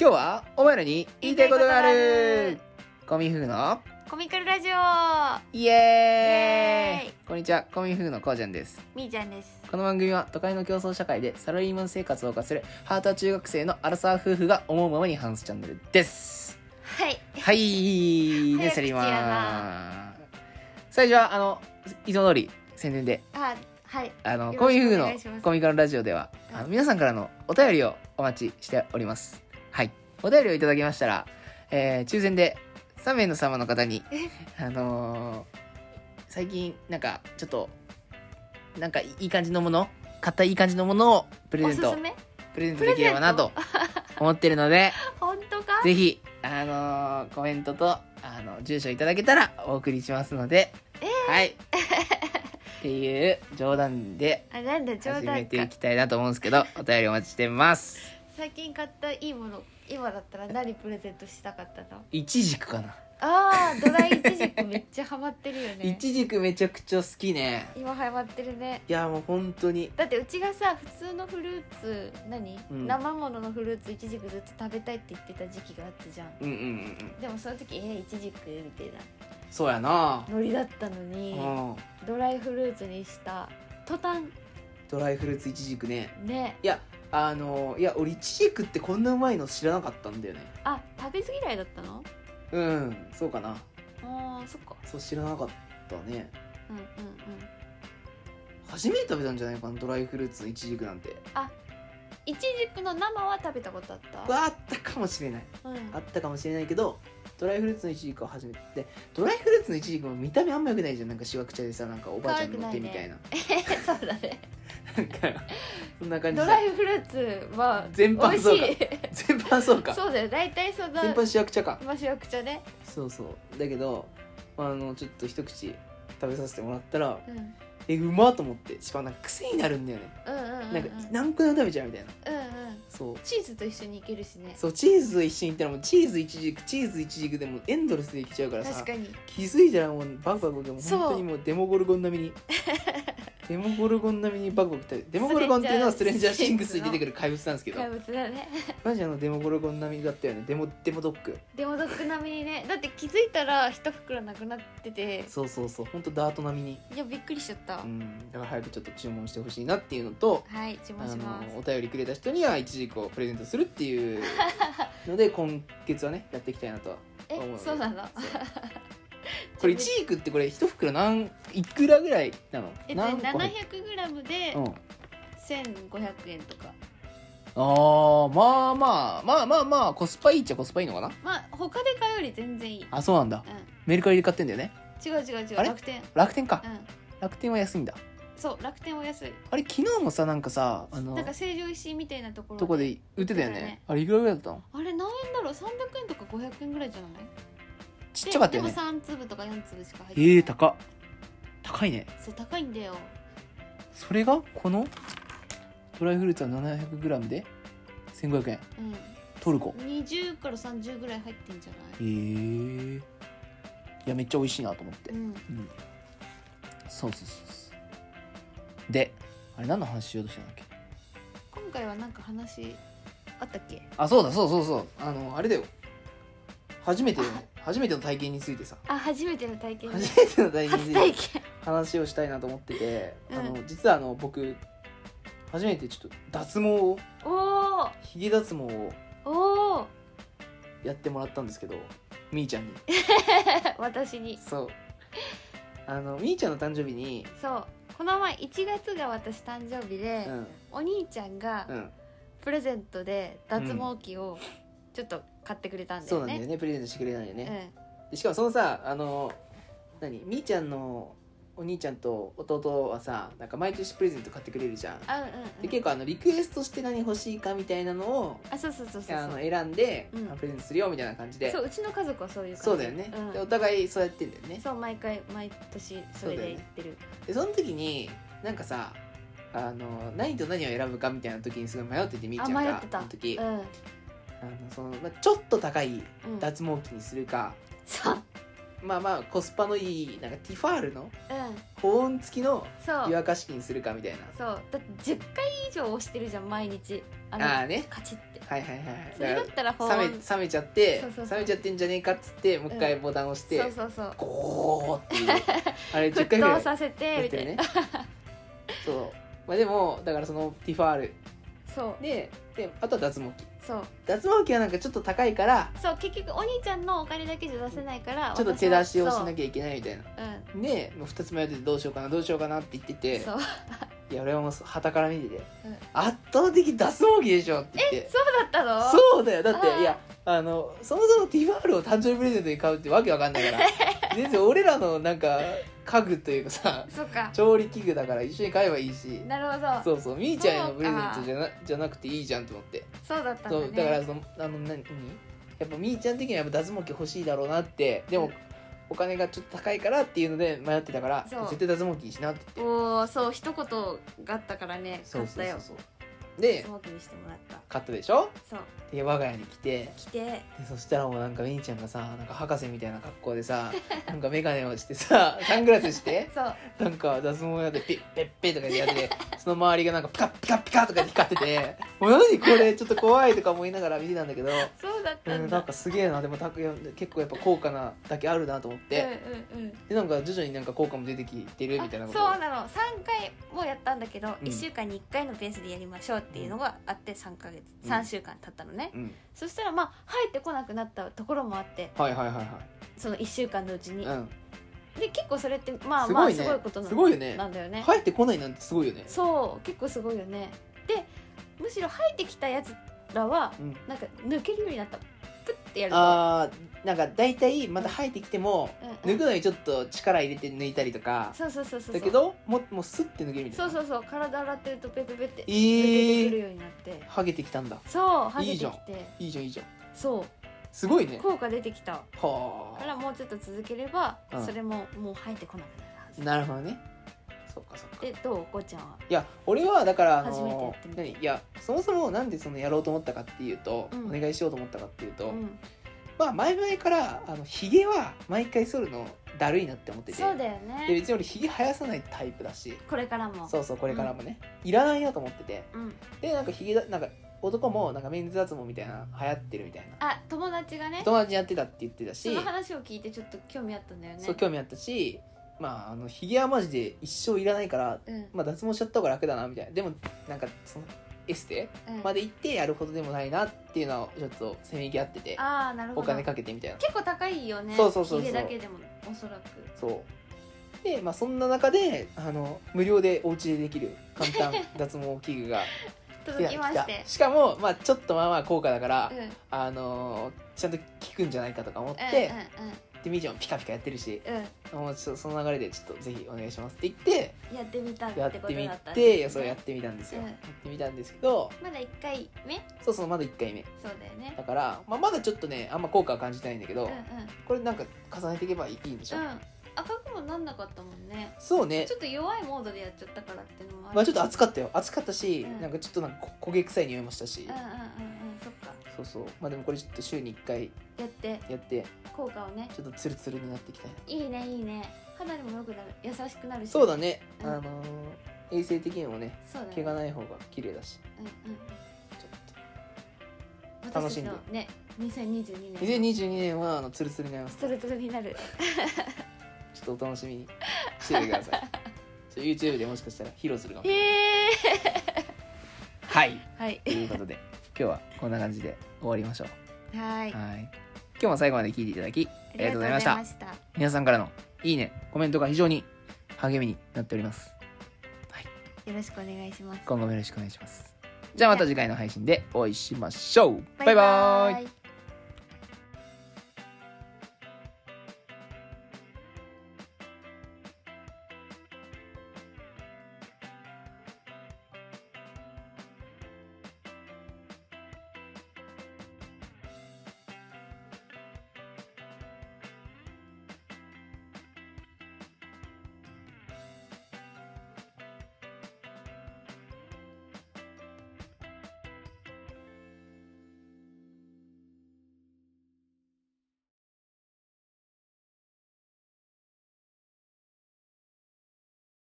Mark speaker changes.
Speaker 1: 今日はお前らに言いたいことがあるコミフグの
Speaker 2: コミカルラジオ
Speaker 1: イエーイ
Speaker 2: イエーイ
Speaker 1: こんにちはコミフグのこうちゃんです
Speaker 2: みーちゃんです
Speaker 1: この番組は都会の競争社会でサラリーマン生活を謳歌するハートは中学生のアラサー夫婦が思うままに話すチャンネルです
Speaker 2: はい
Speaker 1: はいで
Speaker 2: 早口やな
Speaker 1: すります最初はあのいつも通り宣伝で
Speaker 2: あはい
Speaker 1: あの
Speaker 2: よ
Speaker 1: コ
Speaker 2: ろ
Speaker 1: ミ
Speaker 2: し
Speaker 1: フグ
Speaker 2: くお
Speaker 1: の
Speaker 2: 願いします
Speaker 1: コミカルラジオではあの皆さんからのお便りをお待ちしておりますはいお便りをいただきましたら、えー抽選で3名の様の方にあのー最近なんかちょっとなんかいい感じのもの買ったいい感じのものをプレ
Speaker 2: お
Speaker 1: ゼン
Speaker 2: す
Speaker 1: ト
Speaker 2: すめ
Speaker 1: プレゼントできればなと思ってるので
Speaker 2: 本当か
Speaker 1: ぜひあのーコメントとあの住所いただけたらお送りしますので、はいっていう冗談で
Speaker 2: あなんだ冗
Speaker 1: 始め
Speaker 2: 談
Speaker 1: て
Speaker 2: か
Speaker 1: いきたいなと思うんですけどお便りお待ちしてます
Speaker 2: 最近買ったいいもの今だったら何プレゼントしたかったの
Speaker 1: いちじくかな、
Speaker 2: あードライイチジクめっちゃハマってるよ
Speaker 1: い
Speaker 2: ね
Speaker 1: ちじくめちゃくちゃ好きね
Speaker 2: 今ハマってるね
Speaker 1: いやもう本当に
Speaker 2: だってうちがさ普通のフルーツ何、
Speaker 1: うん
Speaker 2: 生もののフルーツイチジクずっと食べたいって言ってた時期があったじゃん
Speaker 1: うんうんうんうん
Speaker 2: でもその時えイチジクみたいな
Speaker 1: そうやな
Speaker 2: ノリだったの
Speaker 1: う
Speaker 2: に
Speaker 1: ん
Speaker 2: ドライフルーツにした途端
Speaker 1: ドライフルーツいちじくね
Speaker 2: ね
Speaker 1: いやあのいや俺いちじくってこんなうまいの知らなかったんだよね
Speaker 2: あ食べず嫌いだったの
Speaker 1: うんそうかな
Speaker 2: あーそっか
Speaker 1: そう知らなかったね
Speaker 2: うんうんうん
Speaker 1: 初めて食べたんじゃないかなドライフルーツのいちじくなんて
Speaker 2: イチジクの生は食べたことあった
Speaker 1: わあったかもしれない
Speaker 2: うん
Speaker 1: あったかもしれないけどドライフルーツのイチジクを初めてでドライフルーツのイチジクも見た目あんまよくないじゃんなんかしわくちゃでさなんかおばあちゃん乗ってみたいな
Speaker 2: そうだね
Speaker 1: なんかそんな感じ
Speaker 2: ド
Speaker 1: で
Speaker 2: ライフルーツは
Speaker 1: 全
Speaker 2: 美
Speaker 1: 般
Speaker 2: 味し
Speaker 1: そう
Speaker 2: い
Speaker 1: か全般そうか
Speaker 2: そうだよ大体その
Speaker 1: 全般しわくちゃか
Speaker 2: まあしわくちゃね
Speaker 1: そうそうだけどあのちょっと一口食べさせてもらったら
Speaker 2: うんうん
Speaker 1: えうまっと思ってしかもなんか癖になるんだよね
Speaker 2: うんうん
Speaker 1: なんか
Speaker 2: うん
Speaker 1: 何個でも食べちゃうみたいな
Speaker 2: うんうん
Speaker 1: そう
Speaker 2: チーズと一緒にいけるしね
Speaker 1: そうチーズと一緒にいったらもうチーズイチジクチーズイチジクでもうエンドレスでいけちゃうからさ
Speaker 2: 確かに
Speaker 1: 気づいたらもうバクバクでもう
Speaker 2: そう
Speaker 1: 本当にもうデモゴルゴン並み にデモゴルゴン並みにバクバク食べてデモゴルゴンっていうのはスト
Speaker 2: スト
Speaker 1: レ
Speaker 2: レ
Speaker 1: ン
Speaker 2: ン
Speaker 1: ジ
Speaker 2: ジ
Speaker 1: ャ
Speaker 2: ャ
Speaker 1: ー
Speaker 2: ー
Speaker 1: シ
Speaker 2: シ
Speaker 1: ン
Speaker 2: ン
Speaker 1: グ
Speaker 2: グ
Speaker 1: ス
Speaker 2: ス
Speaker 1: に出てくる怪物なんですけど
Speaker 2: 怪物だね
Speaker 1: マジあのデモゴルゴン並みだったよねデモデモドッグ
Speaker 2: でもどっく並みにねだって気づいたら一袋なくなってて
Speaker 1: そうそうそう本当ダート並みに
Speaker 2: いやびっくりしちゃった、
Speaker 1: うんだから早くちょっと注文してほしいなっていうのと
Speaker 2: はい注
Speaker 1: あ
Speaker 2: 文します
Speaker 1: のお便りくれた人にはイチジクをプレゼントするっていうの で今月はねやっていきたいなと
Speaker 2: え
Speaker 1: 思うので
Speaker 2: そうな の
Speaker 1: そうこれイチジクってこれ一袋何いくらぐらいなの
Speaker 2: えっと
Speaker 1: 何個入っ
Speaker 2: 700g で
Speaker 1: うん
Speaker 2: 1500円とか
Speaker 1: あーまあまあまあまあまあコスパいいっちゃコスパいいのかな
Speaker 2: まあ他で買うより全然いい、
Speaker 1: あそうなんだ
Speaker 2: う
Speaker 1: メルカリで買ってんだよね
Speaker 2: ん、違う違う違う
Speaker 1: あれ
Speaker 2: 楽天
Speaker 1: 楽天か
Speaker 2: うん
Speaker 1: 楽天は安いんだ
Speaker 2: そう楽天お安い
Speaker 1: あれ昨日もさなんかさあの
Speaker 2: なんか成城石井みたいなところ
Speaker 1: とこで売ってたよね
Speaker 2: 売ってたね
Speaker 1: あれいくらぐらいだったの
Speaker 2: あれ何円だろう300円とか500円ぐらいじゃない
Speaker 1: ちっちゃかったよ
Speaker 2: で
Speaker 1: ね
Speaker 2: でも3粒とか4粒しか入ってない
Speaker 1: ええー、高っ高いね
Speaker 2: そう高いんだよ
Speaker 1: それがこのドライフルーツは 700g で1500円
Speaker 2: うん
Speaker 1: トルコ
Speaker 2: 20から30ぐらい入ってんじゃな
Speaker 1: ええ
Speaker 2: い
Speaker 1: ー、いやめっちゃ美味しいなと思って、
Speaker 2: うん
Speaker 1: うん、そうそうそうそうであれ何の話しようとしたんだっけ
Speaker 2: 今回はなんか話あったっけ
Speaker 1: あそうだそうそうそうあのあれだよ初めての初めての体験についてさ
Speaker 2: あ初めての体験ね
Speaker 1: 初めての体験につ
Speaker 2: 初体
Speaker 1: いて
Speaker 2: 験
Speaker 1: 話をしたいなと思ってて、
Speaker 2: うん
Speaker 1: あの実はあの僕初めてちょっと脱毛を
Speaker 2: おー
Speaker 1: ひげ脱毛を
Speaker 2: おお
Speaker 1: やってもらったんですけどみーちゃんに
Speaker 2: 私に
Speaker 1: そうあのみーちゃんの誕生日に
Speaker 2: そうこの前1月が私誕生日で、
Speaker 1: うん
Speaker 2: お兄ちゃんが
Speaker 1: うん
Speaker 2: プレゼントで脱毛器をちょっと買ってくれたんだ
Speaker 1: そうな
Speaker 2: よ
Speaker 1: んだよ
Speaker 2: ね。
Speaker 1: ねプレゼントしてくれたんだよ
Speaker 2: うん
Speaker 1: ね、でしかもそのさあの何みーちゃんのお兄ちゃんと弟はさなんか毎年プレゼント買ってくれるじゃん
Speaker 2: あうんうんうん
Speaker 1: で結構あのリクエストして何欲しいかみたいなのを
Speaker 2: あそうそうそうそう
Speaker 1: あの
Speaker 2: そう
Speaker 1: 選んで、
Speaker 2: うん
Speaker 1: あプレゼントするよみたいな感じで
Speaker 2: そううちの家族はそういう感じ
Speaker 1: そうだよね、
Speaker 2: うん
Speaker 1: でお互いそうやってんだよね
Speaker 2: そう毎回毎年それで行ってる
Speaker 1: でその時になんかさあの何と何を選ぶかみたいな時にすごい迷っててみー
Speaker 2: あ
Speaker 1: ちゃん
Speaker 2: 迷
Speaker 1: が
Speaker 2: ってた
Speaker 1: その時、
Speaker 2: うん
Speaker 1: あのそのまあ、ちょっと高い
Speaker 2: うん
Speaker 1: 脱毛器にするか、
Speaker 2: そう
Speaker 1: まあまあコスパのいいなんかティファールの
Speaker 2: うん
Speaker 1: 保温付きの
Speaker 2: そ
Speaker 1: 湯
Speaker 2: う
Speaker 1: 沸かし器にするかみたいな
Speaker 2: そうだって10回以上押してるじゃん毎日あの
Speaker 1: ああーね
Speaker 2: カチって
Speaker 1: はいはいはい
Speaker 2: それだったら保
Speaker 1: だから冷め
Speaker 2: 温
Speaker 1: 冷めちゃって
Speaker 2: そうそうそう
Speaker 1: 冷めちゃってんじゃねえかっつってもう一回ボタン押して、
Speaker 2: そうそうそう
Speaker 1: ゴーっていう あれ10回
Speaker 2: 沸
Speaker 1: ぐらい
Speaker 2: 騰
Speaker 1: や
Speaker 2: させて
Speaker 1: っ
Speaker 2: み
Speaker 1: て
Speaker 2: たい
Speaker 1: る
Speaker 2: な、
Speaker 1: ね そうまあでもだからそのティファール
Speaker 2: そう
Speaker 1: でであとは脱毛器
Speaker 2: そう
Speaker 1: 脱毛器はなんかちょっと高いから
Speaker 2: そう結局お兄ちゃんのお金だけじゃ出せないから
Speaker 1: ちょっと手出しをしな
Speaker 2: き
Speaker 1: きゃいけないみたいな
Speaker 2: ゃ
Speaker 1: でもう2つ迷っててどうしようかなどうしようかなって言って
Speaker 2: う
Speaker 1: て
Speaker 2: んそうそう
Speaker 1: いや俺はもうはたから見てて、
Speaker 2: うん
Speaker 1: 圧倒的脱毛器でしょって言って
Speaker 2: だったの
Speaker 1: そうだよだっ
Speaker 2: あ
Speaker 1: て
Speaker 2: ー
Speaker 1: いやあのそもそもティファールを誕生日プレゼントに買うってわけわかんないから 全然俺らのなんか家具というかさ
Speaker 2: そっか
Speaker 1: 調理器具だから一緒に買えばいいし
Speaker 2: なるほどそ
Speaker 1: そ
Speaker 2: う
Speaker 1: うそうみーちゃんへのプレゼントじゃなじゃなくていいじゃんと思って
Speaker 2: だったんだ、
Speaker 1: そ
Speaker 2: ね、
Speaker 1: うだからそのあの何何やっぱみーちゃん的にはやっぱ脱毛器欲しいだろうなってでも、
Speaker 2: うん
Speaker 1: お金がちょっと高いからっていうので迷ってたから
Speaker 2: そう
Speaker 1: 絶対脱毛器にしなって言って
Speaker 2: おおそう一言があったからね
Speaker 1: そ
Speaker 2: 買
Speaker 1: う
Speaker 2: っ
Speaker 1: そ
Speaker 2: た
Speaker 1: うそ
Speaker 2: よ
Speaker 1: うそうで
Speaker 2: スモークにしてもらった
Speaker 1: 買ったでしょ
Speaker 2: そう
Speaker 1: で我が家に来て
Speaker 2: 来て
Speaker 1: でそしたらもうなんかみーちゃんがさなんか博士みたいな格好でさなんか眼鏡をしてさサングラスして
Speaker 2: そう
Speaker 1: なんか脱毛やってピッペッペッとかやっててその周りがなんかピカッピカッピカッとか光っててもう何これちょっと怖いとか思いながら見てたんだけど、
Speaker 2: そうだっ
Speaker 1: う
Speaker 2: たん
Speaker 1: ん、
Speaker 2: だ
Speaker 1: なんかすげえなでもたくや結構やっぱ高価なだけあるなと思って、
Speaker 2: うんうんうん
Speaker 1: でなんか徐々になんか効果も出てきてるみたいな
Speaker 2: あ
Speaker 1: こと
Speaker 2: そうなの3回もやったんだけど、
Speaker 1: うん
Speaker 2: 一1週間に1回のペースでやりましょうっていうのがあって3ヶ月、
Speaker 1: うん
Speaker 2: 三週間経ったのね、
Speaker 1: うん、
Speaker 2: そしたらまあ入ってこなくなったところもあって
Speaker 1: はいはいはいは
Speaker 2: その1週間のうちに、
Speaker 1: い、うん、
Speaker 2: で結構それってまあ
Speaker 1: す
Speaker 2: ま
Speaker 1: ご
Speaker 2: あ
Speaker 1: いね
Speaker 2: すごいことな,、
Speaker 1: すごいよね
Speaker 2: なんだよね、
Speaker 1: 入ってこないなんてすごいよね
Speaker 2: そう結構すごいよねでむしろ入ってきたやつらは、
Speaker 1: うん
Speaker 2: なんか抜けるようになったプッてやると
Speaker 1: あーなんか大体また生えてきても
Speaker 2: うんう
Speaker 1: 抜
Speaker 2: ん
Speaker 1: くのにちょっと力入れて抜いたりとか
Speaker 2: そうそうそうそう
Speaker 1: だけどももうスッて抜けるみたい
Speaker 2: そ
Speaker 1: な
Speaker 2: うそうそう体洗ってるとペペペって
Speaker 1: え
Speaker 2: 抜けてくる
Speaker 1: ー、
Speaker 2: ようになって、
Speaker 1: ハゲてきたんだ
Speaker 2: そうハゲて
Speaker 1: いい
Speaker 2: き
Speaker 1: じ
Speaker 2: て
Speaker 1: ゃんいいじゃんいいじゃん
Speaker 2: そ
Speaker 1: すごいうね
Speaker 2: 効果出てきた
Speaker 1: は
Speaker 2: から
Speaker 1: あ
Speaker 2: もうちょっと続ければ、
Speaker 1: うん
Speaker 2: それももう入ってこなくなる
Speaker 1: なる
Speaker 2: はず
Speaker 1: ほどねそっかそっか
Speaker 2: でどうこうちゃんはい
Speaker 1: や俺はだからあ
Speaker 2: 初めてや
Speaker 1: の
Speaker 2: ってみた
Speaker 1: 何いやそもそもなんでそのやろうと思ったかっていうと、
Speaker 2: うん
Speaker 1: お願いしようと思ったかっていうと、
Speaker 2: うん
Speaker 1: まあ前々からあのヒゲは毎回剃るのだるいなって思ってて
Speaker 2: そうだよ
Speaker 1: で
Speaker 2: ね
Speaker 1: 別に俺ヒゲ生やさないタイプだし
Speaker 2: これからも
Speaker 1: そうそうこれからもね、いらないなと思ってて
Speaker 2: うん、
Speaker 1: でなんかヒゲだなんか男もなんかメンズ脱毛みたいな流行ってるみたいな
Speaker 2: あ友達がね
Speaker 1: 友達にやってたって言ってた
Speaker 2: そ
Speaker 1: し
Speaker 2: の話を聞いてちょっと興味あったんだよね
Speaker 1: そう興味あったしまああのヒゲはマジで一生いらないから、
Speaker 2: うん
Speaker 1: まあ、脱毛しちゃった方が楽だなみたいなでもなんかそのエステ
Speaker 2: うん
Speaker 1: まで行ってやるほどでもないなっていうのはちょっとせめぎ合ってて
Speaker 2: ああなるほ
Speaker 1: お
Speaker 2: ど
Speaker 1: 金かけてみたいな
Speaker 2: 結構高いよね
Speaker 1: そうそうそうそう
Speaker 2: ヒゲだけでもおそらく
Speaker 1: そうでまあそんな中であの無料でお家でできる簡単脱毛器具 が
Speaker 2: 届きまして
Speaker 1: しかも、まあ、ちょっとまあまあ高価だから
Speaker 2: うん、うんうん
Speaker 1: あのちゃんと効くんじゃないかとか思って、でみーちゃんもピカピカやってるし
Speaker 2: うん
Speaker 1: もうちょっとその流れでちょっとぜひお願いしますって言って
Speaker 2: うんやってみたって
Speaker 1: や
Speaker 2: こ
Speaker 1: っ
Speaker 2: と
Speaker 1: て
Speaker 2: だった
Speaker 1: み
Speaker 2: んだ
Speaker 1: て、い
Speaker 2: ね
Speaker 1: やそうやってみたんですよ、
Speaker 2: うん
Speaker 1: やってみたんですけど
Speaker 2: まだ1回目
Speaker 1: そうそうまだ1回目
Speaker 2: そうだよね
Speaker 1: だから、まあ、まだちょっとねあんま効果は感じないんだけど、
Speaker 2: うんうん
Speaker 1: これなんか重ねていけばいいんでしょ、
Speaker 2: うん赤くもなんなかったもんね
Speaker 1: そうね
Speaker 2: ちょっと弱いモードでやっちゃったからっていうのもある
Speaker 1: まあちょっと暑か
Speaker 2: っ
Speaker 1: ったよ暑かったし、
Speaker 2: うん
Speaker 1: なんかちょっとなんかこ焦げ臭い匂いもしたし、
Speaker 2: うんうんうんうんそっか
Speaker 1: そうそうまあでもこれちょっと週に1回
Speaker 2: やって
Speaker 1: やって
Speaker 2: 効果をね
Speaker 1: ちょっとツルツルになっていきたいない
Speaker 2: いねいいね肌にも良くなる優しくなるし
Speaker 1: そうだね、
Speaker 2: うん
Speaker 1: あのー衛生的にもね
Speaker 2: そうだね
Speaker 1: 毛がない方が綺麗だし
Speaker 2: うんうん
Speaker 1: ちょっ
Speaker 2: 私た
Speaker 1: 楽
Speaker 2: ち
Speaker 1: しんで
Speaker 2: のね2022
Speaker 1: と
Speaker 2: 年の
Speaker 1: 2022年はあのツルツルになります
Speaker 2: ツルツルになる
Speaker 1: ちょっとお楽しみにしててくださ いちょ YouTube でもしかしたら披露するかも
Speaker 2: へえ
Speaker 1: はい
Speaker 2: はい
Speaker 1: ということで今日はこんな感じで終わりましょう
Speaker 2: はい
Speaker 1: はい今日も最後まで聞いていただきありがとうございました
Speaker 2: ありがとうございました
Speaker 1: 皆さんからのいいねコメントが非常に励みになっております
Speaker 2: よろしくお願いします
Speaker 1: 今後もよろしくお願いしますじゃあまた次回の配信でお会いしましょうバイバイ
Speaker 2: イ